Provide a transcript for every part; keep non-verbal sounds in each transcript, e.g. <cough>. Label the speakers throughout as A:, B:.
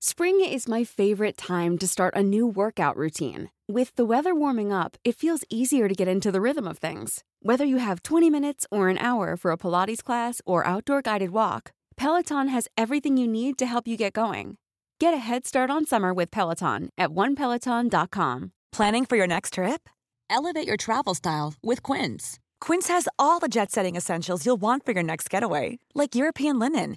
A: Spring is my favorite time to start a new workout routine. With the weather warming up, it feels easier to get into the rhythm of things. Whether you have 20 minutes or an hour for a Pilates class or outdoor guided walk, Peloton has everything you need to help you get going. Get a head start on summer with Peloton at onepeloton.com.
B: Planning for your next trip? Elevate your travel style with Quince. Quince has all the jet setting essentials you'll want for your next getaway, like European linen,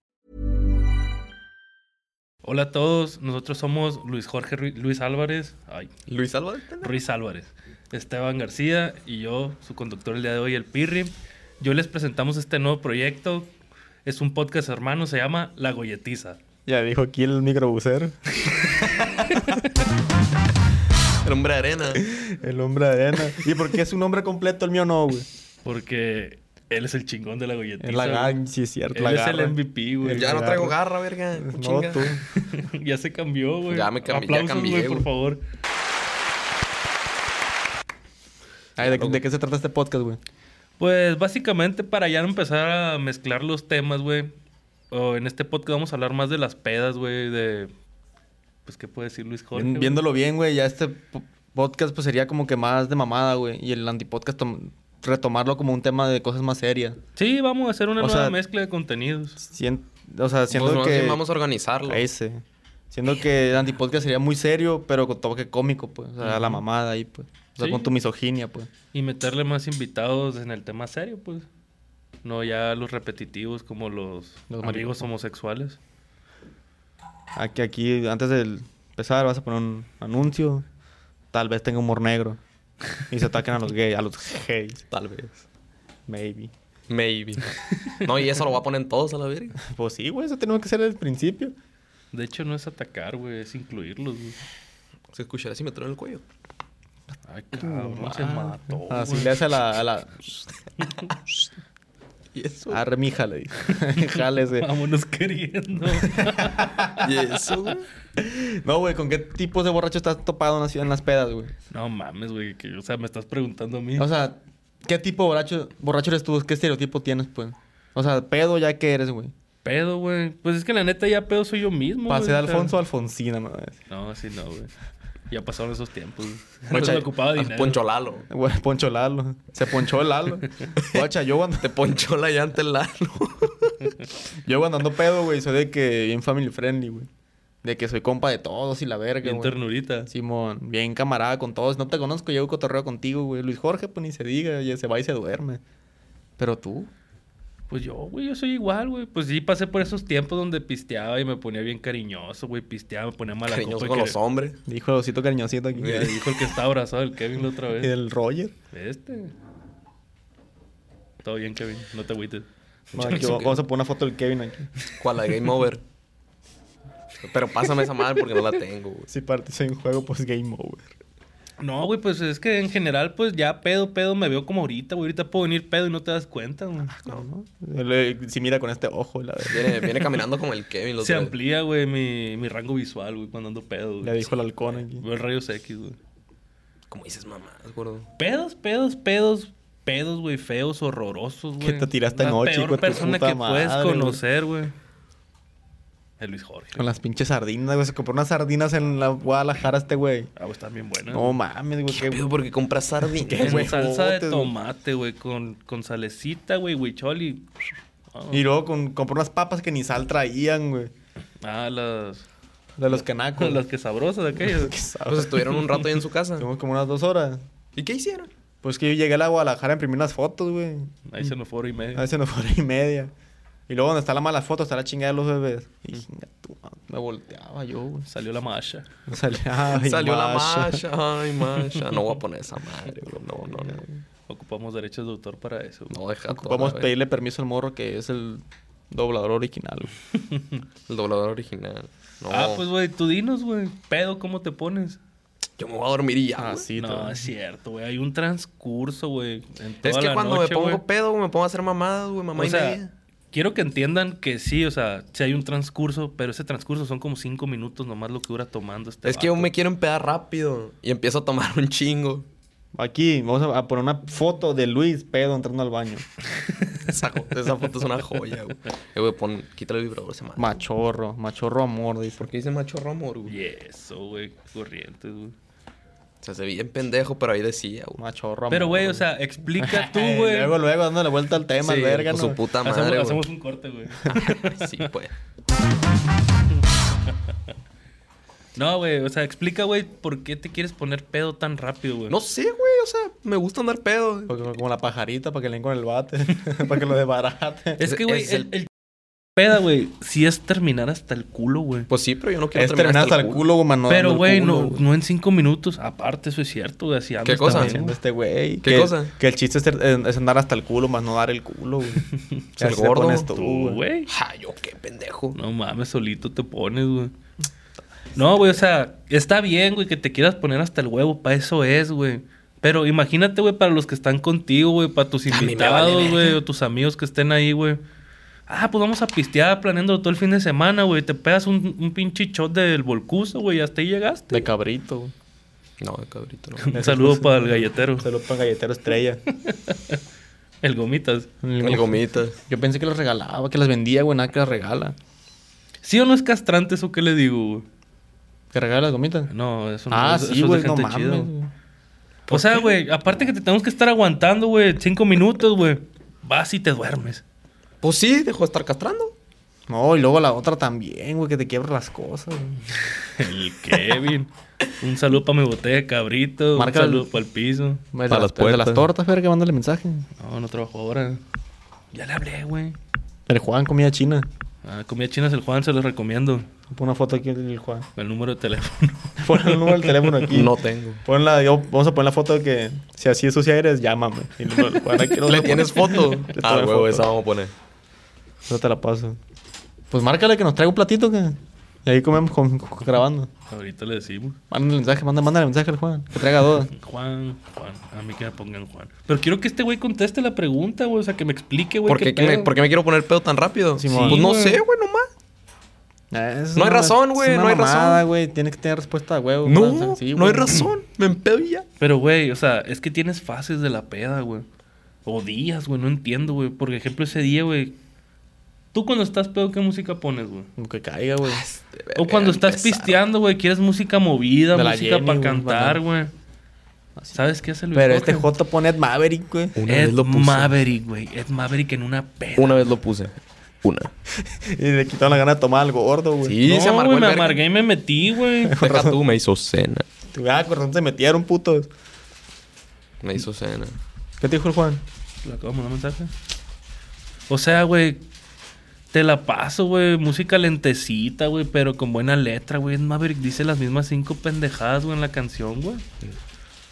C: Hola a todos, nosotros somos Luis Jorge Ru- Luis Álvarez, ay,
D: Luis Álvarez. pendejo?
C: Ruiz Álvarez, Esteban García y yo, su conductor el día de hoy, el Pirri. Yo les presentamos este nuevo proyecto. Es un podcast hermano, se llama La Golletiza.
E: Ya dijo aquí el microbusero,
D: El hombre de arena.
E: el hombre de arena. ¿Y por qué es un hombre completo? El mío no, güey.
C: Porque él es el chingón de la golletiza.
E: Es la
C: güey.
E: gang, sí es cierto.
C: Él
E: la
C: es el
E: garra.
C: MVP, güey.
D: Ya no
E: Garra.
D: traigo garra, verga.
E: No,
D: Chinga. Pues
E: tú.
C: <laughs> ya se cambió, güey.
D: Ya me cambié, ya
C: Aplausos,
D: cambié,
C: güey, por
D: güey.
C: favor.
E: Ay, ¿de, de qué se trata este podcast, güey?
C: Pues básicamente para ya no empezar a mezclar los temas, güey. o en este podcast vamos a hablar más de las pedas, güey, de... Pues, ¿qué puede decir Luis Jorge?
E: Bien-
C: güey?
E: Viéndolo bien, güey, ya este po- podcast pues sería como que más de mamada, güey. Y el antipodcast tom- retomarlo como un tema de cosas más serias.
C: Sí, vamos a hacer una
E: O
C: nueva
E: sea-
C: mezcla de contenidos.
E: Sien- o sea, siendo
D: Pues, más
E: que...
D: bien vamos a organizarlo.
E: Ese. Siendo que el antipodcast sería muy serio, pero con toque cómico, pues. O sea, la mamada ahí, pues. O sea,
C: Sí.
E: con tu misoginia, pues.
C: Y meterle más invitados en el tema serio, pues. No ya los repetitivos como los,
E: Los
C: amigos
E: maricones.
C: homosexuales.
E: Aquí, aquí, antes de empezar, vas a poner un anuncio. Tal vez tenga humor negro. Y se ataquen a los gays. A los gays.
D: Tal vez.
E: Maybe.
D: Maybe. No, y eso lo va a poner en todos a la verga.
E: Pues sí, güey. Eso tenemos que ser desde el principio.
C: De hecho, no es atacar, güey, es incluirlos, güey.
D: Se escuchará si me traen el cuello.
C: Ay, cabrón, se mató.
E: Oh, Así
C: güey.
E: Ah, le hace a la... A <laughs> la
D: Y eso.
E: arre, mija, le dice. <laughs>
C: <laughs>
E: Jálese.
C: Vámonos queriendo. <laughs>
D: Y eso, güey.
E: No, güey. ¿Con qué tipos de borracho estás topado en las, en las pedas, güey?
C: no mames, güey. que- O sea, me estás preguntando a mí.
E: O sea, ¿qué tipo de borracho, borracho eres tú? ¿Qué estereotipo tienes, pues? O sea, pedo ya que eres, güey.
C: pedo, güey. Pues es que la neta ya pedo soy yo mismo. güey,
E: Pasé de
C: o sea.
E: Alfonso a Alfonsina, no
C: No, así no, güey. Ya pasaron esos tiempos.
E: <laughs>
C: güey.
D: Poncho-
C: Antes me ocupaba dinero.
D: Ah, Poncho Lalo.
E: Güey, Poncho Lalo. Se ponchó el Lalo. Guacha, yo cuando,
D: Te ponchó la llanta el Lalo.
E: yo cuando ando pedo, güey, soy de que bien family friendly, güey. De que soy compa de todos y la verga,
C: Bien
E: güey.
C: ternurita.
E: Simón, bien camarada con todos. No te conozco, yo cotorreo contigo, güey. Luis Jorge, pues ni se diga, ya se va y se duerme. Pero tú,
C: Pues yo, güey, yo soy igual, güey. Pues sí, pasé por esos tiempos donde pisteaba y me ponía bien cariñoso, güey. Pisteaba, me ponía mala copa.
D: Cariñoso
C: y
D: con
C: que-
D: los hombres.
E: dijo el osito cariñosito aquí.
C: Mira, dijo el que está abrazado el Kevin la otra
E: Y <laughs>
C: vez.
E: del Roger.
C: Este. Todo bien, Kevin. No te agüites.
E: No, aquí va- vamos a poner una foto del Kevin aquí.
D: Cual la Game Over. Pero pásame esa madre porque no la tengo, güey.
E: Si participas en un juego, pues game over.
C: No, güey, pues es que en general, pues ya pedo, pedo me veo como ahorita, güey. Ahorita puedo venir pedo y no te das cuenta, güey.
E: No, ¿no? Le- Si mira con este ojo, la verga.
D: Viene, viene caminando como el Kevin. Los
C: Se amplía, güey, mi, mi rango visual, güey, cuando ando pedo,
E: Le
C: güey.
E: dijo el halcón aquí.
C: Veo el rayos X, güey.
D: Como dices, mamá, gordo.
C: Pedos, pedos, pedos, pedos, güey, feos, horrorosos, güey.
E: Que te tiraste
C: La
E: anoche, hijo de
C: peor
E: tu
C: persona
E: puta
C: que puedes
E: madre, güey.
C: conocer, güey. El Luis Jorge.
E: Con las pinches sardinas, güey. Se compró unas sardinas en la Guadalajara este güey.
C: Ah, güey, están bien buenas.
E: No mames, güey.
D: ¿Qué
E: qué-
D: pedo? Porque compras sardinas.
E: ¿Qué,
C: En
E: güey?
C: salsa de
E: Jotes, güey.
C: tomate, güey, con, con salecita, güey, oh, huicholi.
E: Y luego con- compró unas papas que ni sal traían, güey.
C: Ah, las, <laughs>
E: De <laughs> los canacos. <laughs>
C: las que sabrosas aquellas.
E: Que sabe.
D: Pues estuvieron un Pues rato ahí en su casa.
E: Tuvimos como unas dos horas.
D: ¿Y qué hicieron?
E: Pues que yo llegué a la Guadalajara a imprimir las fotos, güey.
C: Ahí se nos fue hora y media.
E: A veces nos <laughs> fue hora y media. Y luego donde está la mala foto está la chingada de los bebés. Y chinga tu madre, me <laughs> volteaba yo, güey.
C: Salió la masha.
E: Salía, <laughs> ay,
D: Salió
E: Masha.
D: la Masha. Ay, Masha. No voy a poner
E: <laughs>
D: esa madre, bro. No, no, no.
C: Ocupamos derechos de autor para eso. güey.
D: No, deja todo.
E: Vamos a
D: güey.
E: pedirle permiso al morro que es el doblador original. güey.
D: El doblador original. No.
C: Ah, pues, güey, tú dinos, güey. Pedo, ¿cómo te pones?
D: Yo me voy a dormir y
C: Ah,
D: ya. güey.
E: <laughs> Así,
C: No,
E: Ah, todo.
C: es cierto, güey. Hay un transcurso, güey. en
D: Es
C: toda
D: que
C: la
D: cuando
C: noche,
D: me pongo
C: güey.
D: pedo, güey, me pongo a hacer mamadas, güey, mamá
C: O
D: y
C: sea,
D: media.
C: quiero que entiendan que sí, o sea, sí hay un transcurso, pero ese transcurso son como cinco minutos nomás lo que dura tomando este
D: Es que yo
C: vato.
D: me quiero empedar rápido y empiezo a tomar un chingo. <laughs>
E: Aquí vamos a- a poner una foto de Luis pedo entrando al baño.
D: Esa, jo- esa foto es una joya, güey. Eh, güey, pon, quítale el vibrador ese man.
E: Machorro, machorro amor, dice.
D: ¿Por qué dice macho amor, güey?
C: Y eso, güey, corrientes, güey.
D: O sea, se veía en pendejo, pero ahí decía, güey.
E: Machorro amor.
C: Pero, güey, o sea,
D: <laughs>
C: explica tú,
E: Eh,
C: güey.
E: Luego, luego, dándole vuelta al
D: Sí,
E: tema, al verga,
D: con
E: ¿no?
D: su puta
C: hacemos,
D: madre, güey.
C: hacemos un corte,
D: <laughs>
C: güey.
D: Sí, pues.
C: No, güey, o sea, explica, güey, por qué te quieres poner pedo tan rápido, güey.
D: No sé, güey, o sea, me gusta andar pedo.
E: Porque como la pajarita para que le den con el bate, <laughs> para que lo <laughs> desbarate.
C: es que, güey,
D: es
C: el, el peda, güey, sí es terminar hasta el culo, güey.
D: Pues sí, pero yo no quiero
E: Es terminar hasta el culo, güey, mano.
C: Pero,
E: dando
C: güey,
E: el culo,
C: no, no en cinco minutos. Aparte, eso es cierto, güey. Así andas
D: cosa?
C: también,
E: Haciendo
C: güey.
E: este güey.
D: ¿Qué
E: que-
D: cosa?
E: Que el chiste es, ter- eh, es andar hasta el culo, más no dar el culo, <laughs> güey.
D: el
E: Así te
D: gordo,
E: pones tú,
C: Tú, güey.
D: Ja, yo qué pendejo.
C: No mames, solito te pones, güey. No, güey, o sea, está bien, güey, que te quieras poner hasta el huevo, para eso es, güey. Pero imagínate, güey, para los que están contigo, güey, para tus
D: A mí me
C: invitados,
D: vale
C: güey,
D: verga.
C: o tus amigos que estén ahí, güey. Ah, pues vamos a pistear planeando todo el fin de semana, güey. Te pegas un, un pinche shot del volcuso, güey, y hasta ahí llegaste.
E: De cabrito, güey.
D: No, cabrito, no.
C: Un saludo para el galletero,
E: Se lo pan galletero estrella.
C: el gomitas.
D: El gomita.
E: <laughs> Yo pensé que los regalaba, que las vendía, güey, nada que las regala.
C: ¿Sí o no es castrante eso que le digo, güey?
E: ¿Que regala las gomitas?
C: No, eso no
E: ah,
C: eso-
E: sí,
C: eso
E: güey,
C: es de
E: no
C: gente
E: mames.
C: chida, güey.
E: güey.
C: O sea, güey, aparte que te tenemos que estar aguantando, güey, cinco minutos, güey. Vas y te duermes.
D: Pues sí, dejó de estar castrando.
E: No, y luego la otra también, güey, que te quiebra las cosas. güey.
C: El Kevin. Un saludo para mi botella de cabrito.
E: Marca
C: un
E: el-
C: saludo para el piso.
E: El
D: Para
E: de
D: las
E: el de las
D: puertas.
E: tortas, verga, mándale mensaje.
C: No, no trabajo ahora. Ya le hablé, güey.
E: El Juan, comida china.
C: Ah, comida china es el Juan, se los recomiendo.
E: Pon una foto aquí del Juan. <laughs>
C: El número de teléfono. <laughs>
E: Pon el número del teléfono aquí.
D: No tengo.
E: Pon la, yo, vamos a poner la foto de que si así es sucia eres, llámame. Y no- el
D: <laughs>
E: Juan aquí no
D: ¿Le
E: se
D: tienes
E: pone.
D: foto?
E: <laughs> Le
D: ah,
E: tomé
D: huevo,
E: foto.
D: esa vamos a poner.
E: Yo te la paso. Pues márcale que nos traiga un platito que. Y ahí comemos con- con- grabando.
C: Ahorita le decimos.
E: Mándale mensaje, manda- mándale mensaje al Juan. Que traiga <laughs> dos.
C: Juan, Juan. A mí que me pongan Juan. Pero quiero que este güey conteste la pregunta, güey. O sea, que me explique, güey.
D: ¿Por qué, que me,
C: pedo.
D: por qué me quiero poner pedo tan rápido?
E: Simón.
D: pues no
C: Sí,
D: sé,
C: güey.
D: güey, nomás.
E: Es
D: No hay
E: una-
D: razón,
E: es
D: güey,
E: una
D: no hay
E: mamada,
D: razón.
E: güey. Tienes que tener respuesta a huevo.
D: No,
E: Juan. Sí,
D: no hay
E: güey.
D: razón. Me empedo y ya.
C: Pero, güey, o sea, es que tienes fases de la peda, güey. O días, güey, no entiendo, güey. Por ejemplo, ese día, güey. Tú cuando estás pedo, ¿qué música pones, güey?
E: Como que caiga, güey.
C: O cuando estás pisteando, güey, quieres música movida,
E: De la
C: música
E: Jenny,
C: para
E: güey,
C: cantar,
E: banana.
C: güey. ¿Sabes qué hace Luis
E: Pero
C: Jorge?
E: este Joto pone Ed Maverick, güey. <laughs>
D: Una
C: Ed
D: vez lo puse.
C: Maverick, güey. Ed Maverick en una peda.
D: Una vez lo puse. Una.
E: Y le quitaron la gana de tomar al gordo, güey.
D: Sí, se
C: no,
D: amargó
C: güey,
D: el
C: me
D: verga.
C: amargué y me metí, güey.
D: <laughs> Deja tú, me hizo cena.
E: Ah, con razón se metieron, putos.
D: Me hizo cena.
E: ¿Qué te dijo el Juan?
C: Le acabo de mandar mensaje. O sea, güey, te la paso, güey. Música lentecita, güey, pero con buena letra, güey. Ed Maverick dice las mismas cinco pendejadas, güey, en la canción, güey.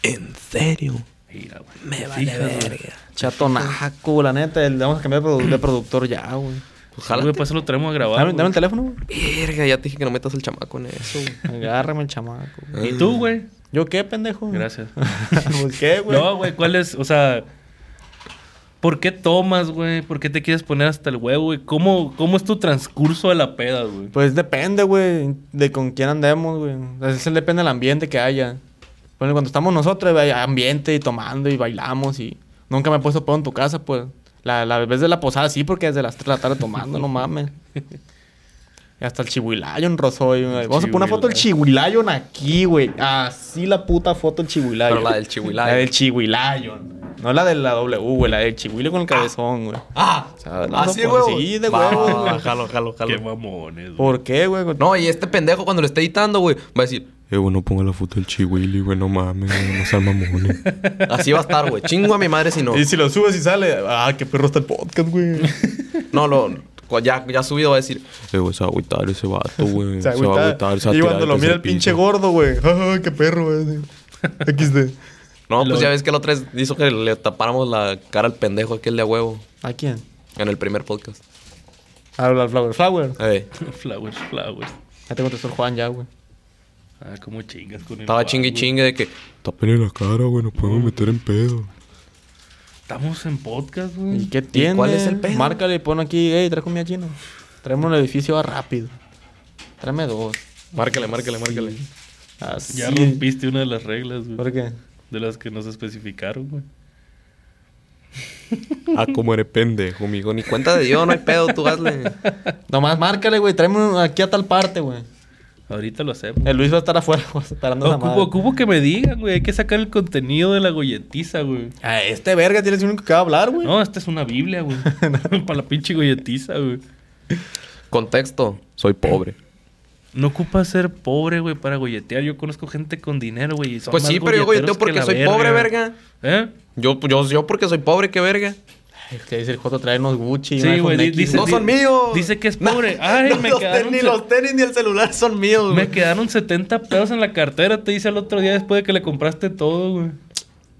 D: ¿En serio?
C: Mira, güey. Me vale verga.
E: Chato naco, güey, la neta. el- Vamos a cambiar de produ- de productor ya, güey.
D: Ojalá.
C: Güey, pues eso lo traemos a grabar.
E: Dame,
C: güey.
E: dame el teléfono, güey.
D: Verga, ya te dije que no metas el chamaco en eso. güey.
E: Agárrame el chamaco. güey.
C: ¿Y tú, güey?
E: ¿Yo qué, pendejo?
C: Gracias.
E: <laughs> pues qué, güey.
C: No, güey, ¿cuál es? O sea, ¿por qué tomas, güey? ¿Por qué te quieres poner hasta el huevo, güey? ¿Cómo, ¿Cómo es tu transcurso de la peda, güey?
E: Pues depende, güey, de con quién andemos, güey. O sea, eso depende del ambiente que haya. Bueno, cuando estamos nosotros, hay ambiente y tomando y bailamos y... Nunca me he puesto pedo en tu casa, pues. La, la vez de la posada sí, porque desde las 3 de la tarde tomando, no mames. Y hasta el chihuilayo en Rosoy, güey. Vamos a poner una foto del chihuilayo aquí, güey. Así la puta foto del chihuilayo.
D: Pero la del chihuilayo.
E: La del chihuilayo. No la de la W, güey. La del chihuilo con el cabezón, güey.
D: Ah,
E: no,
D: así de
E: pues,
D: huevo.
E: sí, de
D: Va,
E: huevo,
D: va, va,
E: güey.
D: Jalo, jalo, jalo.
C: mamones, güey.
E: ¿Por qué, güey?
D: No, y este pendejo cuando lo esté editando, güey, va a decir,
F: Eh, güey, no ponga la foto del chihuili, güey, no mames, güey, no sean <laughs> mamones.
D: Así va a estar, güey. Chingo a mi
C: <laughs>
D: madre si no.
E: Y si lo subes y sale, ah, qué perro está el podcast, güey.
D: No, lo, cu- ya, ya subido va a decir,
F: Eh, güey, se va a agüitar ese vato, güey.
E: Se
F: Se, va a agüitar, se va
E: y
F: a tirar
E: cuando lo
F: desde
E: mira el pinche
F: piso.
E: gordo, <laughs> güey. Ah, qué perro, güey. XD.
D: no,
C: Lo-
D: pues ya ves que la otra vez hizo que le tapáramos la cara al pendejo aquel de a huevo
E: ¿A quién?
D: en el primer podcast.
E: Habla al Flower. Flower.
D: Eh,
C: <laughs> Flowers, flowers.
E: Ya te contestó el Juan ya, güey.
C: Ah, cómo chingas con el
D: estaba
C: Juan,
D: chingue y
C: güey.
D: chingue de que,
F: Tápenle la cara, güey, nos podemos meter en pedo.
C: Estamos en podcast,
E: ¿Y
C: güey.
E: qué tiene?
D: cuál es el pedo?
E: Márcale y pon aquí, hey, trae comida china. Tráeme un edificio va rápido. Tráeme dos.
D: márcale, márcale, márcale.
E: Así.
C: Ya rompiste una de las reglas,
E: ¿Por
C: güey.
E: qué?
C: De las que nos especificaron, güey.
F: <laughs> Ah, como eres pendejo, mijo.
D: Ni cuenta de Dios, no hay pedo, tú
C: <laughs>
D: hazle.
E: Nomás márcale, güey. Tráeme un- aquí a tal parte, güey.
C: Ahorita lo hacemos.
E: El Luis va a estar afuera, <laughs> güey, esperando a la
C: Ocupo,
E: madre.
C: ocupo que me digan, güey. Hay que sacar el contenido de la golletiza, güey.
E: Ah, este verga tienes único que va a hablar, güey.
C: No, esta es una Biblia,
D: <laughs>
C: güey. <laughs> Para la pinche golletiza, güey.
D: Contexto.
F: Soy pobre.
C: No ocupa ser pobre, güey, para golletear. Yo conozco gente con dinero, güey. y son
D: Pues
C: más
D: sí, pero yo
C: golleteros
D: golleteo porque
C: que la
D: soy pobre, verga.
C: ¿Eh?
D: Yo, yo, yo porque soy pobre, qué verga.
E: Es que dice el Joto trae unos Gucci. un
C: Sí,
E: iPhone
C: güey. di-
E: X,
C: Dice,
D: No son
C: di-
D: míos.
C: Dice
D: <laughs>
C: que es pobre. Ay, me quedaron...
D: Ni
C: se-
D: los tenis ni el celular son míos,
C: Me
D: Pues, güey.
C: quedaron 70 pedos en la cartera, te dice el otro día después de que le compraste todo, güey.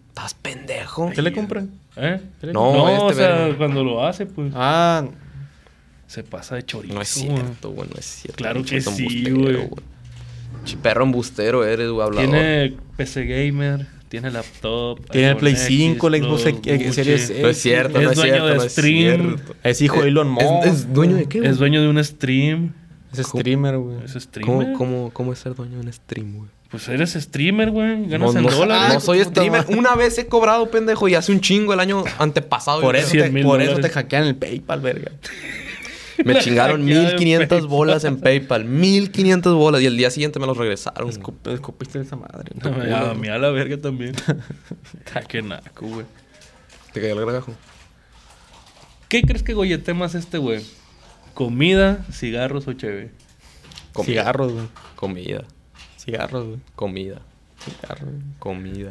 D: Estás pendejo.
E: ¿Qué le compran?
C: ¿Eh?
E: le
C: No,
D: No,
C: o
D: este
C: sea,
D: verga.
C: cuando lo hace, pues
E: Ah,
C: se pasa de chorizo.
D: No es
C: güey.
D: cierto, güey, no es cierto.
C: Claro que
D: Pinche
C: sí,
D: embustero,
C: güey.
D: Chiperro embustero eres, güey, hablador.
C: Tiene PC gamer, tiene laptop,
E: tiene el
C: iPhone
E: Play
C: X,
E: 5, el Xbox
C: Pro,
E: X- Series
C: Gucci.
E: X.
D: No es cierto,
C: Es
D: no es
C: dueño
D: cierto,
C: de
D: no es
C: stream.
D: cierto.
E: es hijo de Elon Musk.
D: ¿Es, es dueño de qué, güey?
C: Es dueño de un stream.
E: Es streamer, güey.
C: Es streamer.
D: ¿Cómo, cómo, ¿Cómo es ser dueño de un stream, güey?
C: Pues eres streamer, güey. Ganas
D: no,
C: en
D: no-
C: dólares.
D: no soy
E: puta
D: streamer.
E: madre.
D: Una vez he cobrado, pendejo, y hace un chingo el año antepasado.
E: Por
D: güey.
E: eso,
C: 100
E: te,
C: mil
E: por eso te
C: dólares.
E: hackean el PayPal, verga.
C: <laughs>
D: Me
C: La
D: chingaron
C: hackeada en
D: 1500
C: PayPal.
D: bolas en PayPal. 1500 bolas. Y el día siguiente me los regresaron.
E: Escup- Escupiste esa madre.
C: <laughs> No, me- a mí a la verga <laughs> también. Ah, Qué naco, güey.
D: Te cayó el gargajo.
C: ¿Qué crees que gollete más este, güey? ¿Comida, cigarros o cheve?
D: Comida.
E: Cigarros, güey.
D: Comida.
E: Cigarros, güey.
D: Comida.
E: Cigarros. güey.
D: Comida.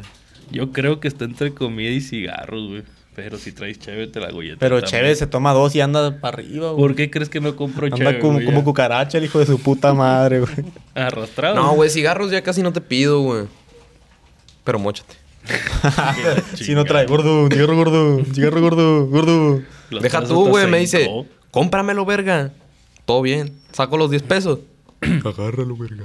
C: Yo creo que está entre comida y cigarros, güey. Pero si traes cheve, te la gollete.
E: Pero
C: también.
E: Chévez se toma dos y anda para arriba, güey.
C: ¿Por qué crees que no compro
E: Anda
C: cheve,
E: como,
C: güey,
E: como
C: ya?
E: cucaracha el hijo de su puta madre, güey.
C: Arrastrado.
D: No, güey, cigarros ya casi no te pido, güey. Pero mochate.
E: <laughs> si no trae, gordo, cigarro gordo, cigarro gordo, gordo.
C: Los
D: Deja
C: brazos
D: tú,
C: hasta
D: güey.
C: se
D: Me dice,
C: hincó.
D: cómpramelo, verga. Todo bien. Saco los 10 pesos.
F: Agárralo, verga.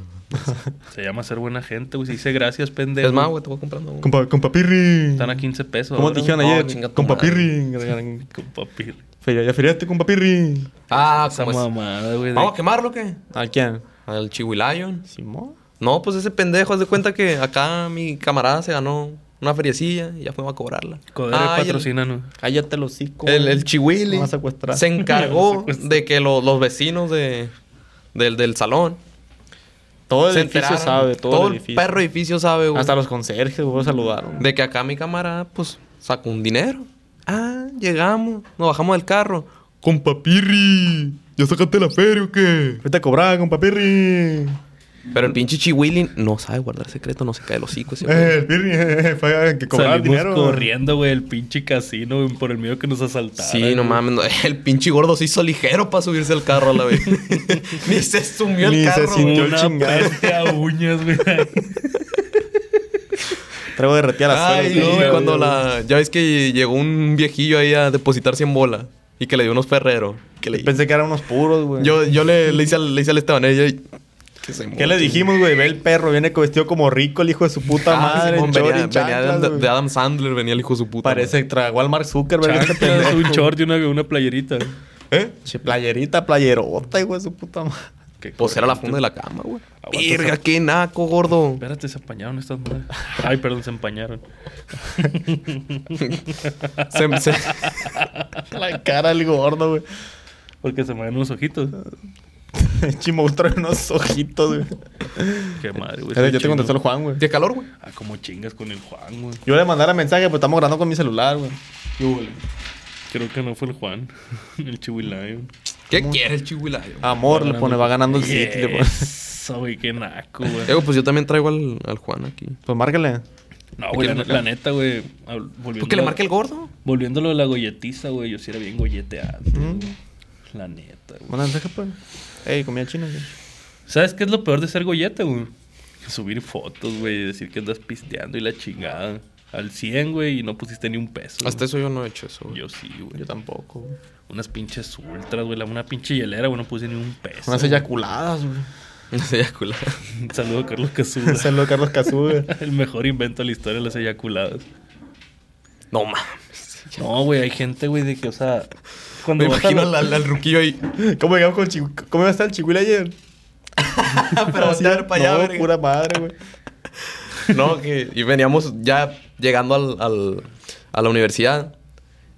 C: Se llama ser buena gente, güey. Se dice gracias, pendejo.
D: Es más, güey, te voy comprando uno.
E: Compa, compa Pirri.
C: Están a 15 pesos.
E: ¿Cómo
C: ahora,
E: te dijeron
D: No,
E: ayer?
D: chinga tu
E: Compa
D: madre.
E: Pirri.
C: güey. Con papi.
E: Fe- ¿Ya feriaste, compa Pirri?
D: Ah,
C: Esa
D: ¿cómo es?
C: mamada, güey. de-
D: ¿Vamos a quemarlo o qué?
E: ¿A quién?
D: Al Chihuilayon.
E: ¿Simón?
D: No, pues ese pendejo, haz de cuenta que acá mi camarada se ganó una feriecilla y ya fuimos a cobrarla.
C: Codere
D: Ah, y el-
C: patrocina, ¿no?
E: Cállate los hocico.
D: El, el Chihuili
E: Me vas a secuestrar. <laughs>
D: se
C: Me vas a
D: encargó
C: secuestrar.
D: de que lo- los vecinos de, del, del salón
E: Todo el
D: se
E: edificio
D: enteraran.
E: sabe, todo, el edificio.
D: perro edificio sabe, güey,
E: Hasta los conserjes, güey, saludaron.
D: de que acá mi camarada, pues, sacó un dinero. Ah, llegamos, nos bajamos del carro.
F: Compa Pirri, ¿ya sacaste la feria o qué?
E: Vete a cobrar, compa Pirri.
D: Pero el pinche Chihuili no sabe guardar secreto, no se cae los hocico. ese güey.
E: Eh, el Pirri, eh, fue que cobrar
C: Salimos
E: dinero.
C: corriendo, güey, el pinche casino, güey, por el miedo que nos asaltaron.
D: Sí, no mames. no, <laughs> El pinche gordo se hizo ligero para subirse al carro a la
E: <laughs>
D: vez. Ni se sumió
E: Ni
D: el
E: se
D: carro. güey.
E: sintió. Yo el
C: Una
E: chingado.
C: peste a uñas, güey.
E: <laughs>
C: <laughs>
E: Traigo de retear a
D: Ay,
E: suelo,
D: no,
E: güey.
D: cuando la. Ya ves que llegó un viejillo ahí a depositar 100 bolas y que le dio unos ferreros. Que le-
E: Pensé que eran unos puros, güey.
D: yo yo le, le hice al, le hice al Esteban, ella. Que se
E: ¿Qué le dijimos, güey? Ve el perro, viene co- vestido como rico el hijo de su puta madre. en short y
D: Ah, venía, venía de,
E: chanclas,
D: Adam-
E: güey.
D: de Adam Sandler, venía el hijo de su puta.
E: Parece que tragó al Mark Zuckerberg. este
D: <laughs>
C: Chanclas,
E: pendejo.
C: un short y una, una playerita.
D: madre. ¿Eh?
E: Che, Playerita, playerota, hijo de su puta madre.
C: Qué
D: Pues era la
C: corriente.
D: funda de la cama, güey.
C: Aguanta
D: Verga, qué naco, gordo.
C: Espérate, se empañaron estas madres. Ay, perdón, se empañaron.
D: Se- <laughs> se-
E: La cara del gordo, <laughs> güey.
C: Porque se me ven unos ojitos.
E: Chimostro de unos ojitos, güey.
C: Qué madre, güey.
E: Ya
C: soy
E: te
C: chino.
E: contestó el Juan, güey.
D: Tiene calor, güey.
C: Ah, como chingas con el Juan, güey.
E: Yo le mandara mensaje, pues estamos grabando con mi celular, güey.
C: Creo que no fue el Juan, <laughs> el Chihuilayo.
D: ¿Qué quiere el chihuilayo?
E: Amor, le pone, va ganando el City, le pone.
C: Yes. Eso, güey, qué naco, güey.
D: Eh, güey, pues yo también traigo al, al Juan aquí.
E: Pues márcale.
C: No, güey, la,
D: ¿Qué le
C: la
D: marca?
C: neta, güey. hab- volviendo
D: ¿Tú que le
C: a-
D: marque el gordo?
C: Volviéndolo de la golletiza, güey, yo sí era bien golleteado.
D: Mm.
C: güey. La neta, güey.
E: Bueno, deja pues. Ey, comida china. güey.
C: ¿Sabes qué es lo peor de ser gollete, güey? Subir fotos, güey, y decir que andas pisteando y la chingada. Al 100, güey, y no pusiste ni un peso. güey.
D: Hasta eso yo no he hecho eso, güey.
C: Yo sí, güey.
E: Yo tampoco. güey.
C: Unas pinches ultras, güey. la- Una pinche hielera, güey, no puse ni un peso.
E: Unas eyaculadas, güey.
D: No sé, ya culo.
C: <laughs> Un saludo a Carlos
D: <laughs>
C: Casuda.
E: Saludos a Carlos Cazú,
C: <laughs> El mejor invento de la historia de las eyaculadas.
D: No mames.
C: No, güey, hay gente, güey, de que, o sea... Cuando
D: Me
C: vas a
D: imagino
C: lo-
D: al, <laughs> al- al ruquillo ahí.
E: ¿Cómo llegamos con Chihuahua? ¿Cómo iba a estar el Chihuahua ayer?
D: Ah, <laughs> Pero voltear para allá,
E: no,
D: verga.
E: pura madre, güey.
D: No, que y veníamos ya llegando al, al- a la universidad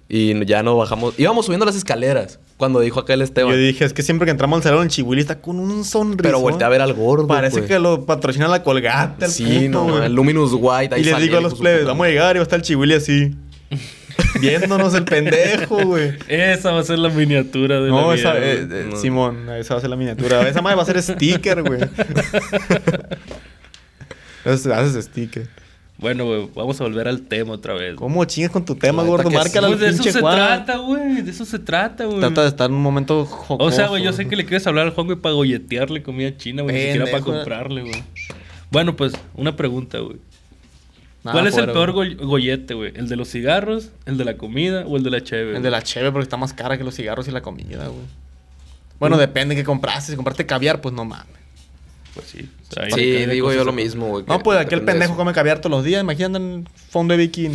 D: y ya no bajamos. Íbamos subiendo las escaleras cuando dijo aquel Esteban.
E: Yo dije, es que siempre que entramos al salón, el Chihuahua está con un sonrisa.
D: pero volteé a ver al gordo.
E: Parece
D: pues.
E: que lo patrocina la colgate, el
D: Sí,
E: puto,
D: no,
E: güey.
D: el Luminous White. ahí
E: Y les
D: salía
E: digo a
D: el hijo
E: los
D: de su
E: plebes,
D: puta
E: vamos a llegar y va a estar el Chihuahua <laughs> así. Viéndonos el pendejo, güey.
C: Esa va a ser la miniatura de
E: No,
C: la
E: esa,
C: vida, güey.
E: eh, eh, Simón, esa va a ser la miniatura. Esa madre va a ser sticker, <laughs> güey. Es- Haces sticker.
C: Bueno, güey, vamos a volver al tema otra vez. güey.
E: ¿Cómo chingas con tu tema,
D: Neta
E: gordo?
D: que
E: Márcala
C: Pues
E: al
C: de eso
E: pinche
C: se
E: Juan.
C: trata, güey. De eso se trata, güey.
E: Trata de estar en un momento jocoso.
C: O sea, güey, yo sé que le quieres hablar al Juan, güey, para golletearle comida china, güey. Ni siquiera para
E: Pendejo.
C: comprarle, güey. Bueno, pues, una pregunta, güey.
E: Nada,
C: ¿Cuál es el
E: fuera,
C: peor
E: güey.
C: goll- gollete, güey? ¿El de los cigarros, el de la comida o el de la cheve?
E: El
C: güey?
E: de la cheve porque está más cara que los cigarros y la comida, güey. Bueno,
C: Mm.
E: depende de qué compraste. Si compraste caviar, pues no mames.
C: Pues sí. o sea, ahí
D: madre.
C: cada
D: Sí, digo
C: cosa
D: yo
C: se-
D: lo mismo, güey.
E: No,
D: que
E: pues aquel
D: depende de
E: pendejo
D: eso.
E: come caviar todos los días. Imagínate en fondo de
D: <laughs>
E: bikini.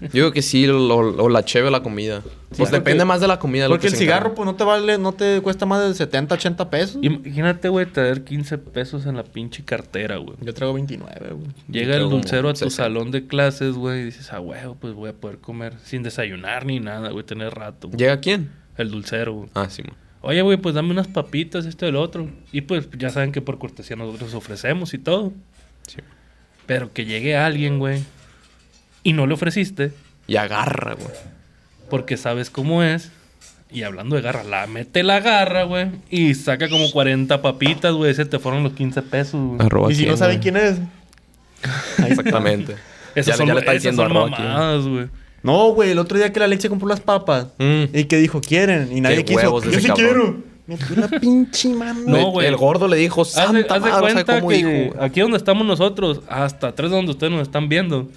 D: Yo digo que sí, lo- o la cheve o la comida. pues
E: porque-
D: depende más de la comida. lo
E: Porque
D: que
E: el
D: se
E: cigarro,
D: encarga.
E: pues no te vale, no te cuesta más de 70, 80 pesos.
C: Imagínate, güey, traer 15 pesos en la pinche cartera, güey.
E: Yo traigo 29, güey.
C: Llega
D: Creo
C: el
D: como
C: dulcero a tu
D: 60.
C: salón de clases, güey, y dices, ah, huevo, pues voy a poder comer sin desayunar ni nada, güey, tener rato.
E: pues.
C: güey".
D: ¿Llega quién?
C: El dulcero, güey.
D: Ah, sí, man.
C: Oye, güey, pues dame unas papitas, esto y lo otro. Y pues ya saben que por cortesía nosotros ofrecemos y todo.
D: Sí.
C: Pero que llegue alguien, güey, y no le ofreciste
D: Y agarra, güey.
C: porque sabes cómo es. Y hablando de garra, la mete la garra, güey, y saca como 40 papitas, güey. Se te fueron los 15 pesos, güey.
D: Arroba
E: Y si
D: quién,
E: no saben
D: güey.
E: quién es.
D: Exactamente.
C: Esas
D: ya,
C: son,
D: ya le está
C: esas
D: diciendo
C: son
D: arroba quién.
C: mamadas, güey.
E: No, güey, el otro día que la leche compró las papas
D: Mm.
E: y que dijo quieren y nadie
D: Qué
E: quiso.
D: huevos de
E: yo
D: ese
E: sí
D: cabrón.
E: quiero. Me dio una pinche mano.
C: No,
D: Le-
C: güey.
D: El gordo le dijo,
C: Haz de,
D: santa
C: haz de
D: madre, ¿sabe
C: cuenta
D: cómo
C: que
D: dijo?
C: aquí donde estamos nosotros, hasta atrás de donde ustedes nos están viendo,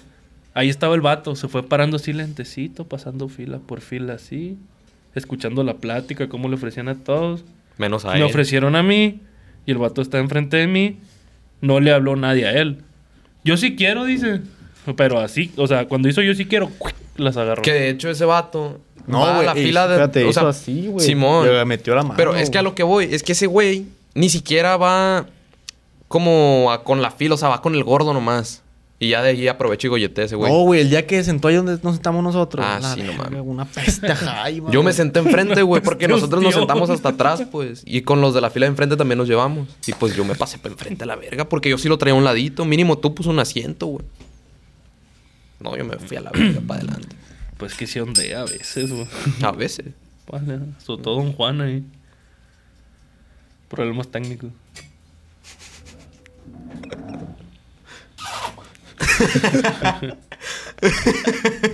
C: ahí estaba el vato, se fue parando así lentecito, pasando fila por fila así, escuchando la plática, cómo le ofrecían a todos.
D: Menos a
C: Le
D: él.
C: ofrecieron a mí y el vato está enfrente de mí, no le habló nadie a él. Yo sí quiero, dice, pero así, o sea, cuando hizo yo sí quiero, ¡cuic! las agarró.
D: Que de hecho ese vato
E: No,
D: va a
E: güey,
D: la
E: ey,
D: fila de...
E: espérate, hizo así, güey.
D: Simón.
E: Le metió la mano,
D: Pero es que a lo que voy, es que ese güey ni siquiera va como a- con la fila, o sea, va con el gordo nomás. Y ya de ahí aprovecho y golletea ese <laughs> güey.
E: No, güey, el día que sentó ahí donde nos sentamos nosotros.
D: Ah,
E: la
D: sí, no
E: verga,
D: mames.
E: Una peste jaiba.
D: <laughs> Yo me
E: güey.
D: senté enfrente, güey,
E: <laughs>
D: porque nosotros nos
C: tío.
D: sentamos hasta atrás, pues. Y con los de la fila de enfrente también nos llevamos. Y pues yo me pasé para enfrente a la verga, porque yo sí lo traía a un ladito. Mínimo tú puso un asiento, güey. No, yo me fui a la verga para adelante.
C: Pues que se ondea a veces, güey.
D: A veces.
C: Vale, sobre todo Don Juan ahí. Problemas técnicos.
D: <laughs>
C: <laughs>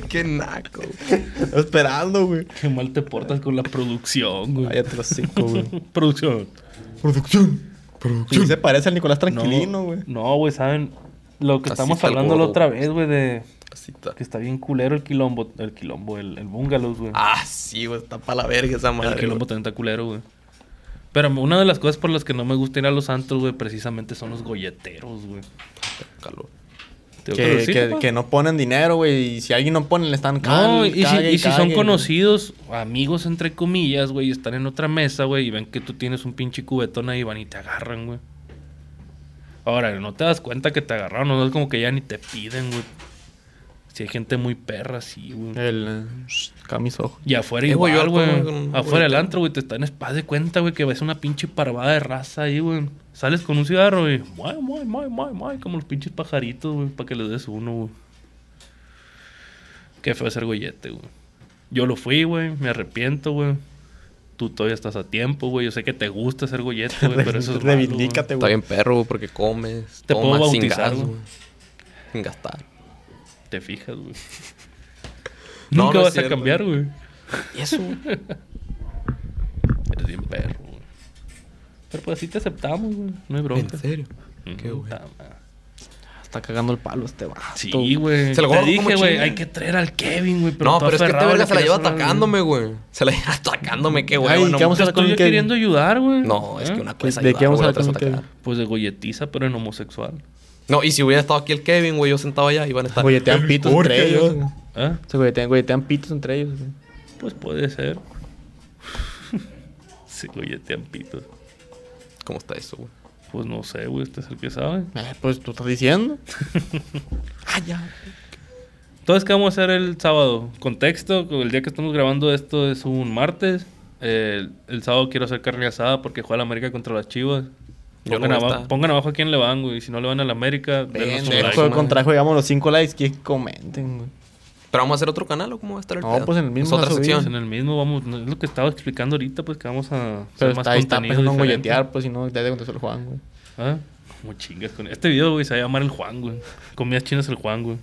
D: Qué naco.
E: Estaba Esperando, güey.
C: Qué mal te portas con la producción, güey.
E: Cállate
D: <laughs>
E: los cinco, güey.
C: Producción.
E: Producción. Producción. Se parece al Nicolás
C: No,
E: Tranquilino, güey.
C: No, güey, ¿saben? Lo que
D: Así
C: estamos
D: está el
C: hablando la
D: gordo,
C: otra
D: güey.
C: vez, güey, de
D: Así está.
C: que está bien culero el quilombo, el quilombo, el, el bungalows, güey.
D: Ah, sí, güey. Está para la verga esa
C: el
D: madre.
C: quilombo
D: güey.
C: también está culero, güey. Pero una de las cosas por las que no me gusta ir a los santos, güey, precisamente son los golleteros, güey.
D: Calor.
C: Te digo que
E: Que,
C: los- sí,
E: que-
C: papá.
E: que no ponen dinero, güey. Y si alguien no pone, le están
C: No,
E: cal-
C: y, si,
E: cague
C: y si son
E: cague.
C: conocidos, amigos entre comillas, güey, y están en otra mesa, güey, y ven que tú tienes un pinche cubetón ahí, van y te agarran, güey. Ahora, no te das cuenta que te agarraron, no es como que ya ni te piden, güey. Si hay gente muy perra, sí, güey.
E: El. eh, Acá mis ojos.
C: Y afuera
D: Eh, güey, yo
C: igual,
D: harto, güey,
C: güey.
D: con un
C: Afuera del
D: cubetón.
C: antro, güey, te están espada de cuenta, güey, que ves una pinche parvada de raza ahí, güey. Sales con un cigarro y... Muay, muay, muay, muay, muay, como los pinches pajaritos, güey, para que les des uno, güey. Qué feo ser gollete, güey. Yo lo fui, güey. Me arrepiento, güey. Tú todavía estás a tiempo, güey. Yo sé que te gusta hacer gollete,
D: <laughs>
C: güey, pero eso es malo,
E: Reivindícate,
D: Está
E: güey.
D: bien perro, güey, porque comes.
C: Te puedo
D: tomas sin
C: bautizar,
D: gas,
C: güey.
D: güey. Sin gastar.
C: güey. Te fijas, güey.
D: <laughs> No,
C: Nunca
D: no es
C: vas a
D: cierto.
C: cambiar, güey.
D: Y eso, güey.
C: Eres bien perro, güey. Pero pues así te aceptamos, güey. No hay bronca.
D: <laughs> en serio.
E: Mm.
D: Qué
C: Ujú,
D: güey.
C: ta madre.
E: Está cagando el palo este vato.
C: Sí, güey.
D: Se lo
C: Te
D: gordo, ¿cómo
C: dije, güey,
D: chinga?
C: hay que traer al Kevin, güey.
D: No,
C: tú
D: pero es que esta
C: aferrado
D: verga
C: le
D: se la lleva
C: quieres hablar, güey.
D: atacándome, güey. Se la lleva atacándome, qué güey.
E: Ay,
D: bueno,
E: ¿qué vamos
C: Te
E: a
D: muchas-
E: hacer con
C: estoy
E: Kevin?
C: queriendo ayudar, güey.
D: No, es
C: ¿Eh?
D: que una cosa es
E: ¿De qué vamos a
D: ayudar, güey,
E: hablar
D: otra
E: con
D: es
E: el
D: atacar.
C: Pues de golletiza, pero en homosexual.
D: No, y si hubiera estado aquí el Kevin, güey, yo sentado allá, iban a estar.
E: Golletean pitos entre ellos. güey.
C: ¿Eh?
E: Se golletean, golletean pitos entre ellos. güey.
C: Pues puede ser. <laughs> Se golletean pitos.
D: ¿Cómo está eso, güey?
C: Pues no sé, güey. Este es el que sabe.
E: Eh, pues tú estás diciendo. Ah,
C: Entonces, ¿qué vamos a hacer el sábado? Contexto, el día que estamos grabando esto es un martes. El, el sábado quiero hacer carne asada porque juega la América contra las Chivas.
D: Yo
C: Pongan,
D: no voy a
C: aba-
D: estar.
C: pongan abajo a quién le van, güey. Si no le van a la América, denos un
E: Pendejo,
C: like.
E: el contrajo, digamos, los 5 likes que comenten, güey.
D: ¿Pero vamos a hacer otro canal o cómo va a estar el
E: No,
D: pedo?
E: pues en el mismo
D: Es otra
E: la subimos
C: Pues en
D: sección.
C: el mismo vamos, no, es lo que estaba explicando ahorita, pues que vamos a hacer
E: Pero está, ahí está
C: contenido
E: pensando en
C: diferente.
E: golletear, pues si no, ya de contestar el Juan, güey.
C: ¿Ah? Como chingas con este video, güey, se va a llamar el Juan, güey. Comidas chinas el Juan, güey.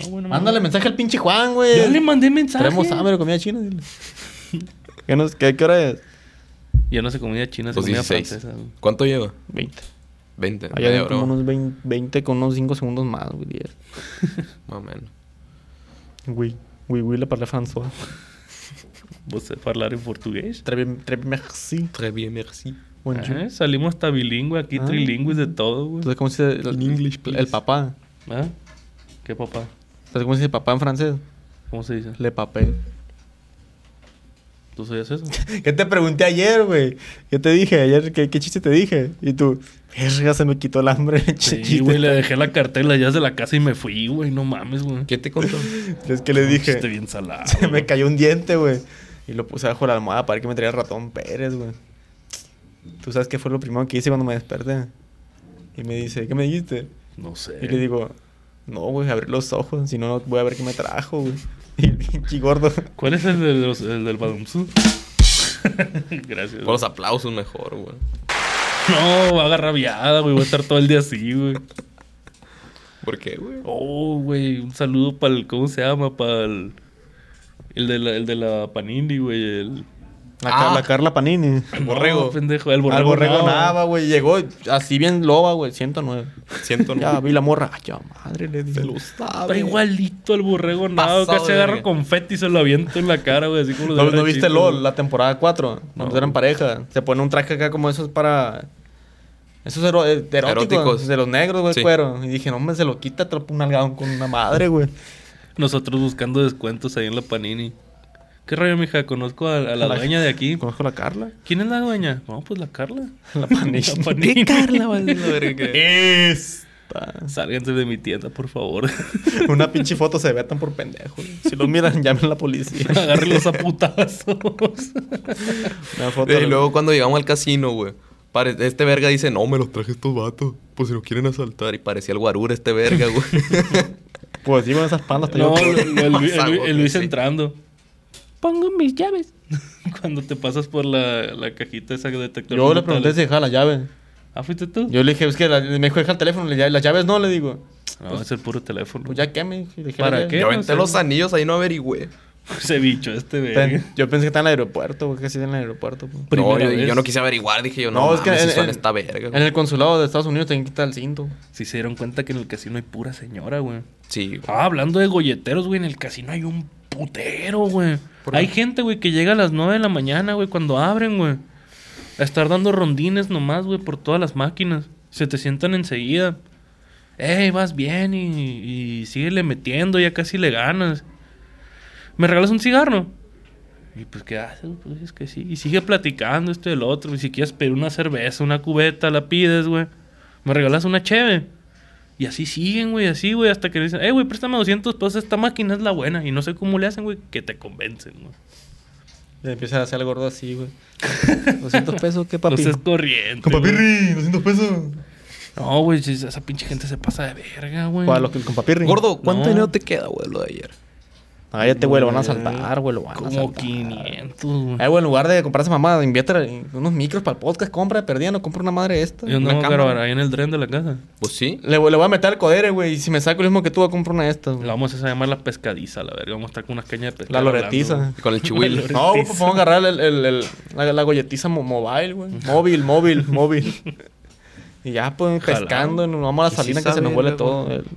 C: No, bueno,
E: Mándale mensaje al pinche Juan, güey.
C: Ya le mandé mensaje.
E: Traemos hambre, comida china, dile. ¿Qué, nos, qué, ¿Qué hora es?
C: Ya no sé comida china, se
D: Los
C: comida
D: 16.
C: francesa. güey.
D: ¿Cuánto lleva?
E: 20.
D: 20.
E: Allá
D: media
E: hay
D: hora,
E: como
D: güey.
E: unos 20, 20 con unos 5 segundos más, güey. 10.
D: Más o menos.
E: Güey, güey, güey, la parla François.
C: ¿Vos sabés hablar en portugués?
E: Très bien, très merci.
D: Très bien, merci.
E: Bonjour.
C: Ajá, salimos hasta bilingüe aquí,
E: Ah.
C: trilingües de todo, güey.
E: Entonces, ¿cómo se dice el,
D: In English, please.
E: el papá?
C: ¿Ah? ¿Qué papá?
E: Entonces, ¿cómo se dice papá en francés?
C: ¿Cómo se dice?
E: Le papel.
C: ¿Tú sabías eso?
E: <laughs> ¿Qué te pregunté ayer, güey? ¿Qué te dije ayer? ¿Qué, qué chiste te dije? Y tú, verga, se me quitó el hambre. <laughs>
C: Sí, güey, le dejé la cartela ya de la casa y me fui, güey. No mames, güey.
D: ¿Qué te
C: <laughs>
D: contó?
E: Es que le dije,
C: Estoy bien salado.
E: <laughs> se
C: güey.
E: me cayó un diente, güey. Y lo puse bajo la almohada para ver que me traía el ratón Pérez, güey. ¿Tú sabes qué fue lo primero que hice cuando me desperté? Y me dice, ¿qué me dijiste?
C: No sé.
E: Y le digo, no, güey, abrí los ojos, si no, no voy a ver qué me trajo, güey. <laughs> Y el pinche gordo,
C: ¿Cuál es el, de los- el del Badumsu? <laughs> Gracias.
D: Por los aplausos mejor, güey.
C: No, va agarrabiada, güey. Voy a estar todo el día así, güey.
D: ¿Por qué, güey?
C: Oh, güey. Un saludo para el. ¿Cómo se llama? Para el. El de la, el de la Panini, güey. El.
E: la, Car-
D: Ah.
E: la Carla Panini.
C: El
D: borrego.
C: pendejo. El borrego.
E: Al borrego
C: Nava.
E: nada, güey. Llegó así bien loba, güey,
D: <laughs>
E: 109.
D: Siento,
E: Ya
D: no.
E: vi la morra. Ay, ya madre, le dije.
D: Se lo sabe.
C: Está igualito al borrego nada.
D: Pasado
C: Casi
D: de
C: agarra
D: verga.
C: confeti y se lo aviento en la cara, güey. Así como lo
E: ¿No,
C: de
E: no viste
C: Rachito,
E: LOL,
C: güey.
E: la temporada 4? Cuando
C: No.
E: eran pareja. Se pone un traje acá como esos para... Esos ero- eh, eróticos,
D: Eróticos.
E: de los negros, güey,
D: Sí.
E: cuero. Y dije, no, hombre, se lo quita, te lo pone un algodón con una madre, güey.
C: Nosotros buscando descuentos ahí en la Panini. ¿Qué rollo, mija? Conozco a, a la
E: La-
C: dueña de aquí.
E: Conozco a la Carla.
C: ¿Quién es la dueña? No, pues la Carla.
E: La Panini.
C: <laughs> La Panini.
D: Carla, vale, la verga
C: <laughs>
D: que-
E: Esta.
C: Sálganse de mi tienda, por favor.
E: <laughs>
C: <laughs>
E: Una pinche foto se vetan por pendejos. Si los miran, <laughs> llamen a la policía.
D: <laughs>
C: Agárrenlos a
E: <laughs>
C: putazos.
E: Una foto.
D: Y luego cuando llegamos al casino, güey. pare- Este verga dice, no, me los traje estos vatos. Por si nos quieren asaltar. Y parecía el guarura este verga, güey.
E: Pues sí, con esas pandas. te
C: No,
E: digo
C: el,
E: pues,
C: el-
E: que-
C: el- el-
D: Pasa, güey,
C: el Luis
D: sí.
C: entrando. Pongo mis llaves. <laughs> Cuando te pasas por la, la cajita esa que detector.
E: Yo
C: de
E: le pregunté
C: metales.
E: si dejaba la llave.
C: ¿Ah, fuiste tú?
E: Yo le dije, es que la- me dijo, deja el teléfono. Le dije, las llaves no, le digo.
C: no, es el puro teléfono.
E: Pues ya qué, me dije, dejé
C: ¿Para
E: la llave.
C: <laughs> qué?
D: Yo
C: no
D: aventé
C: sé.
D: los anillos, ahí no averigüé.
C: <laughs> Ese bicho, este
E: Pen-
C: verga.
E: Yo pensé que estaba en el aeropuerto, güey, que sí en el aeropuerto. pues.
C: Primera
D: No, yo,
C: vez.
D: yo no quise averiguar. Dije yo, no, es que si
E: en,
D: son
E: en-
D: esta verga.
E: en
D: güey.
E: el consulado de Estados Unidos tienen que quitar el cinto.
C: Si se dieron cuenta que en el casino hay pura señora, güey.
D: Sí, güey.
C: Ah, hablando de golleteros, güey, en el casino hay un putero, güey. Hay gente, güey, que llega a las 9 de la mañana, güey, cuando abren, güey. A estar dando rondines nomás, güey, por todas las máquinas. Se te sientan enseguida. Ey, vas bien y, y síguele metiendo, ya casi le ganas. ¿Me regalas un cigarro? Y pues, ¿qué haces? güey? Pues es que sí. Y sigue platicando esto y el otro. Y si quieres pedir una cerveza, una cubeta, la pides, güey. ¿Me regalas una cheve? Y así siguen, güey, así, güey, hasta que le dicen, eh, güey, préstame 200 pesos, esta máquina es la buena. Y no sé cómo le hacen, güey, que te convencen, güey.
E: Le empieza a hacer el gordo así, <laughs> güey. 200 pesos, qué
C: No
E: papi.
C: seas corriente.
E: Con
C: güey.
E: papirri, 200 pesos.
C: No, güey, si esa pinche gente se pasa de verga, güey.
E: Para los que- con papirri.
D: Gordo, ¿cuánto
C: No.
D: dinero te queda, güey, lo de ayer?
E: Cállate, güey, lo van a saltar, güey, lo van a
C: Como
E: saltar.
C: 500, güey.
E: Eh, güey, en lugar de comprar esa mamada, invierte unos micros para el podcast, compra, perdida, no compra una madre esta.
C: Yo
D: una
C: no,
D: cámara.
C: pero ahora ahí en el tren de la casa.
D: Pues sí.
E: Le, le voy a meter al codere, güey, y si me saco lo mismo que tú, voy a comprar una de estas. güey.
C: La
E: La,
C: vamos a hacer llamar la pescadiza, la verga. Vamos a estar con unas cañas de pescado.
E: loretiza.
C: hablando,
D: Y con el chihuil.
C: <laughs> La
E: No, güey, pues vamos a agarrar el, el- el- la, la golletiza mo- mobile, güey. Móvil, móvil, móvil. Y ya, pues,
C: Jalao.
E: pescando, nos vamos a
D: Y sí
E: la salina que se
D: sabe,
E: nos huele
D: luego.
E: todo, el,
C: güey.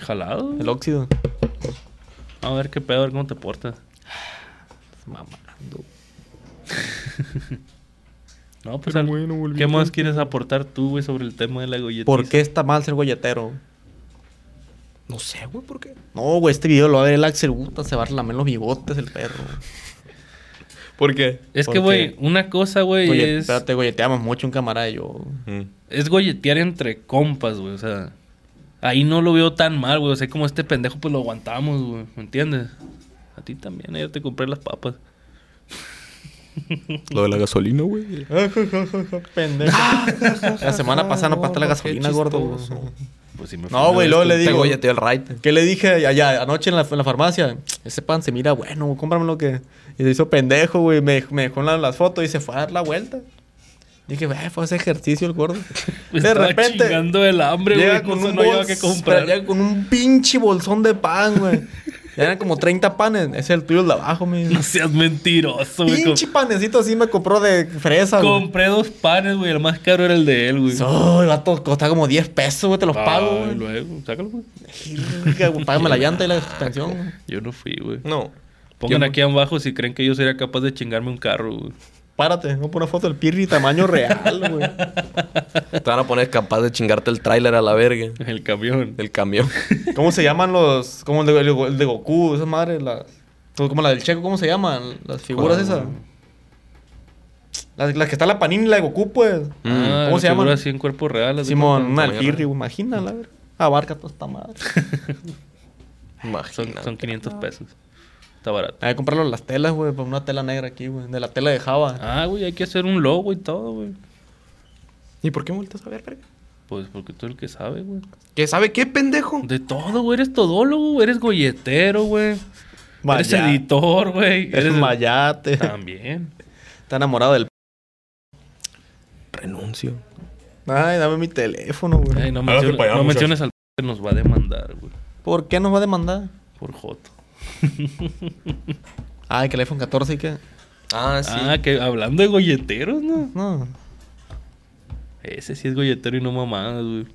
C: Jalado.
E: el óxido.
C: A ver qué pedo, a ver cómo te portas.
E: Mamando.
C: <laughs> No, pues,
F: Pero
C: al-
F: bueno, volví
C: ¿qué
F: al
C: más
F: punto.
C: quieres aportar tú, güey, sobre el tema de la golletiza?
E: ¿Por qué está mal ser golletero?
D: No sé, güey, ¿por qué?
E: No, güey, este video lo va a ver el Axel Guta, se va a lamer los bigotes el perro.
D: ¿Por qué?
C: Es que,
E: ¿Por
C: güey, una cosa, güey,
E: Oye,
C: es...
E: espérate, golleteamos mucho un camarada y yo.
C: Es golletear entre compas, güey. O sea, ahí no lo veo tan mal, güey. O sea, como este pendejo, pues lo aguantamos, güey. ¿Me entiendes? A ti también, ayer te compré las papas.
F: Lo de la gasolina, güey.
E: Pendejo. la semana pasada no pasaste la gasolina, gordo. güey.
C: Pues sí me fue
E: No, güey, luego le
D: Te
E: digo.
D: golleteó el right.
E: ¿Qué le dije allá anoche en la, en la farmacia? Ese pan se mira bueno, güey, cómpramelo que. Y se hizo pendejo, güey. Me, me dejó la- las fotos y se fue a dar la vuelta. Dije, güey, fue a hacer ejercicio el
C: <laughs>
E: gordo.
C: Pues
E: de
C: estaba
E: repente.
C: chingando el hambre, güey.
E: Llega
C: Con
E: con,
C: eso
E: un
C: no
E: bols-
C: había que comprar.
E: llega con un pinche bolsón de pan, güey. Ya eran como 30 panes. Ese es el tuyo, el de abajo, me
C: <laughs>
E: dice.
C: No seas mentiroso, güey. Com-
E: Pinche panecito así me compró de fresa, güey.
C: compré dos panes, güey. El más caro era el de él, güey.
E: Oh, el vato costaba como 10 pesos, güey. Te los
C: Ah,
E: pago, güey.
C: luego, sácalo,
E: <laughs>
C: güey.
E: Jirga, güey, Págame la llanta y la extensión. güey.
C: Yo no fui, güey.
D: No.
C: Pongan
D: Yo-
C: aquí abajo si creen que yo sería capaz de chingarme un carro, güey. <laughs>
E: Párate, vamos a poner una foto del Pirri tamaño real, güey.
D: <laughs> Te van a poner capaz de chingarte el tráiler a la verga.
C: El camión.
D: Del
C: <laughs>
D: camión.
E: ¿Cómo se llaman los. como el de, el, el de Goku, esas madres, las. como la del Checo, ¿cómo se llaman? Las figuras
D: ¿Cuál?
E: esas. Las, las que está la panini y la de Goku, pues.
C: Ah,
E: ¿Cómo se
C: figura
E: llaman?
C: así en cuerpo real. así
E: Simón, una
D: tamaño
E: del Pirri,
D: real.
E: güey, imagínala, a ver. Abarca toda esta madre.
C: como- Son,
D: Imagínate.
C: son 500 pesos. Está barato.
E: Hay que comprarlo las telas, güey, para una tela negra aquí, güey. De la tela de Java.
C: Ah, güey, hay que hacer un logo y todo, güey.
D: ¿Y por qué me volteas a ver, verga?
C: Pues porque tú eres el que sabe, güey.
D: ¿Qué sabe qué, pendejo?
C: De todo, güey. Eres todólogo, güey, eres golletero, güey. Eres
E: Maya-
C: editor, Ah, güey.
E: Eres mayate.
C: También.
E: Está enamorado del.
D: Renuncio.
E: Ay, dame mi teléfono, güey.
C: Ay, no,
F: Hágase
C: mencione-
F: pa' allá,
C: no
F: muchacho.
C: menciones al... que Nos va a demandar, güey.
E: ¿Por qué nos va a demandar?
C: Por Joto.
E: Ay, que el iPhone 14 y que.
D: Ah, sí.
C: Ah, que hablando de golleteros, ¿no?
E: No.
C: Ese sí es golletero y no mamadas, güey.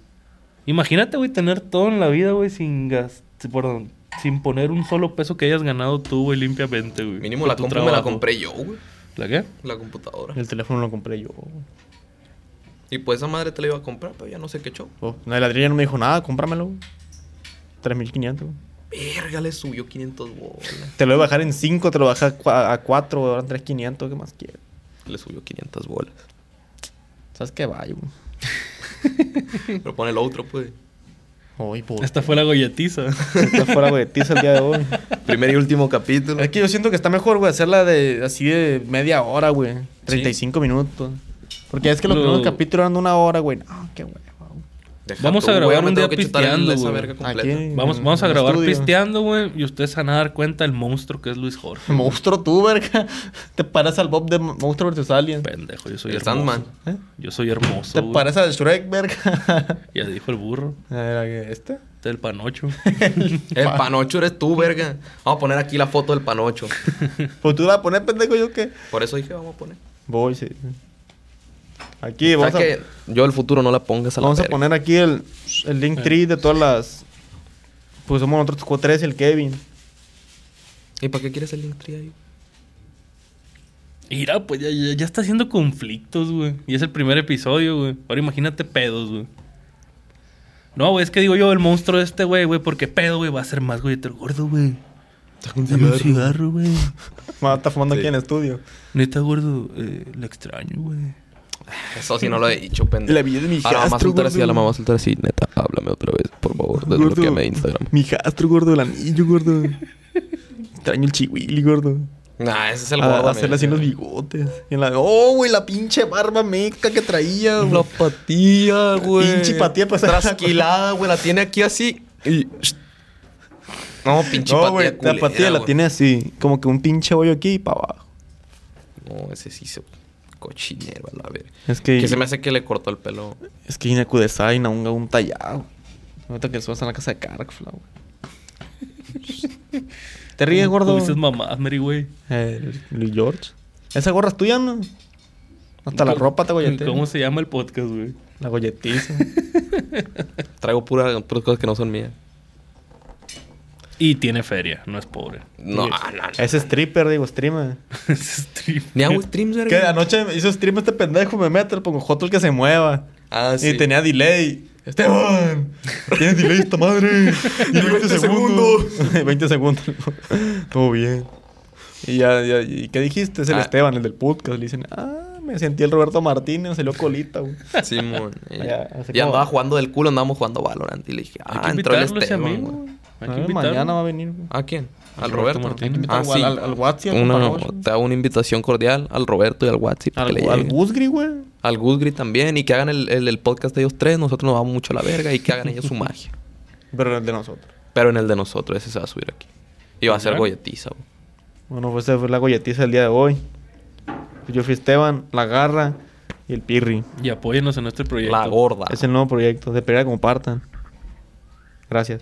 C: Imagínate, güey, tener todo en la vida, güey, sin gas... Perdón, sin poner un solo peso que hayas ganado tú, güey, limpiamente, güey.
D: Mínimo
C: con
D: la
C: tu
D: compu me la
C: trabajo.
D: compré yo, güey.
C: ¿La qué?
D: La computadora.
E: El teléfono lo compré yo. güey.
D: Y pues esa madre te la iba a comprar, pero ya no sé qué echó.
E: Oh, la ladrilla no me dijo nada, cómpramelo. güey. 3500. güey.
D: Verga, le subió 500 bolas.
E: Te lo voy a bajar en 5, te lo bajé a cua- a 4, ahora en 3500, ¿qué más quieres?
D: Le subió 500 bolas.
E: ¿Sabes qué vaya, güey?
D: Pero pone el otro, pues.
E: Ay, por.
C: Esta fue la golletiza.
E: Esto fuera golletiza el día de hoy.
D: Primer y último capítulo.
E: Es que yo siento que está mejor, güey, hacerla de así de media hora, güey. 35 minutos. Porque es que los
C: Lo-
E: primeros capítulos eran de una hora, güey. No, qué hueva. güey.
D: Deja
C: Vamos
D: tú,
C: a grabar
D: güey, me
C: un
D: tengo
C: día
D: que chutar
C: pisteando,
D: esa
C: güey.
D: verga completa.
E: Aquí.
C: Vamos,
E: en
C: vamos a
E: el
C: grabar
E: estudio.
C: pisteando, güey. Y ustedes se van a dar cuenta del monstruo que es Luis Jorge.
E: <laughs> Monstruo tú, verga. <laughs> Te paras al Bob de Monstruo vs. Alien.
C: Pendejo, yo soy
D: El
C: hermoso.
D: Sandman.
E: ¿Eh?
C: Yo soy hermoso.
E: Te
C: güey.
E: paras al Shrek, verga. <laughs>
C: Ya dijo el burro.
E: A ver,
C: Este
E: ¿Este?
C: es el
D: <laughs>
C: panocho.
D: El panocho eres tú, verga. Vamos a poner aquí la foto del panocho.
E: Pues tú la pones, pendejo, yo qué.
D: Por eso dije, vamos a poner.
E: Voy, sí. Aquí, vamos a,
D: ¿Sabes qué? Yo el futuro no la pongas a la
E: vamos a
D: verga.
E: poner aquí el, el
C: Eh.
E: link tree de todas las. Pues somos nosotros cu- tres y el Kevin.
D: ¿Y para qué quieres el link tree ahí?
C: Mira, pues ya, ya- ya está haciendo conflictos, güey. Y es el primer episodio, güey. Ahora imagínate pedos, güey. No, güey, es que digo yo el monstruo de este, güey, güey, porque pedo, güey, va a ser más golletero gordo, güey. Dame un cigarro, güey.
E: Más está fumando aquí en el estudio.
C: Neta, gordo, eh, la extraño, güey.
D: Eso sí no lo he dicho, pendejo.
E: La vida de
D: A
E: mi
D: la mamá
E: hijastro,
D: soltera sí, a la
E: gordo.
D: mamá soltera sí. Neta, háblame otra vez, por favor. Desbloqueame Instagram.
E: Mi jastro, gordo, el anillo, gordo. Extraño el chihuili, gordo.
D: Nah, ese es el
E: A,
D: gordo.
E: hacerle así en los bigotes. Y en la, oh, güey, la pinche barba meca que traía, güey.
D: La patía, güey.
E: Pinche patía, pues. <laughs>
D: Trasquilada, güey. La tiene aquí así. Y... No, pinche
E: No,
D: patilla
E: güey, la
D: culera,
E: patilla la
D: güey.
E: tiene así, como que un pinche hoyo aquí y para abajo.
D: No, ese sí se cochinero a la verga.
E: Es que,
D: Que se me hace que le cortó el pelo.
E: es que Inacudesai inaunga un tallado. Ahorita que subas a la casa de Cargfla, güey. <laughs> ¿Te ríes, gordo?
C: Dices mamás, Mary, güey.
E: El Luis George. Esa gorra es tuya, ¿no? Hasta la ropa te golletea.
C: ¿Cómo se llama el podcast, güey?
E: La golletiza.
D: Traigo pura- puras cosas que no son mías.
C: Y tiene feria, no es pobre. <laughs>
D: No, no, no.
E: es stripper, digo, streamer.
C: Es stripper.
D: Ni hago streams,
E: Que
D: verga.
E: anoche hizo stream este pendejo, me meto, le pongo Joto el que se mueva.
D: Ah,
E: Y tenía delay. Esteban, tienes delay esta madre. Y 20 segundos. <laughs> 20 segundos. Todo bien. Y ya, ya, ¿y qué dijiste? Es el
D: Ah.
E: Esteban, el del podcast. Le dicen, ah, me sentí el Roberto Martínez, salió colita, güey.
D: Simón.
E: <laughs> Ya,
D: Ya,
E: así
D: ya
E: como-
D: andaba jugando del culo, andábamos jugando Valorant. Y le dije,
C: Hay
D: ah,
C: que
D: entró el
C: invitarlo ese
D: Esteban,
C: amigo.
D: güey. Ah,
C: Hay que
E: A ver,
C: invitarlo.
E: Ah, mañana va a venir. güey.
D: ¿A quién? Al
C: Roberto
D: Roberto.
C: Martínez.
D: Ah,
E: Al-
D: sí.
E: al- al Watsi, al
D: Una-
E: Papagoyo.
D: te hago una invitación cordial al Roberto y al Watsi. para que
E: Al,
D: le
E: al
D: lleguen.
E: Guzgri, güey.
D: Al Guzgri también. Y que hagan el, el- el podcast de ellos tres. Nosotros nos vamos mucho a la verga. Y que hagan
E: <laughs>
D: ellos su magia.
E: Pero el de nosotros.
D: Pero en el de nosotros, ese se va a subir aquí. Y va a ser
C: Ya.
D: golletiza, güey.
E: Bueno, pues esa fue la golletiza del día de hoy. Yo fui Esteban, La Garra y el Pirri.
C: Y apóyenos en nuestro proyecto.
D: La gorda.
E: Es el nuevo proyecto. De pelea compartan. Gracias.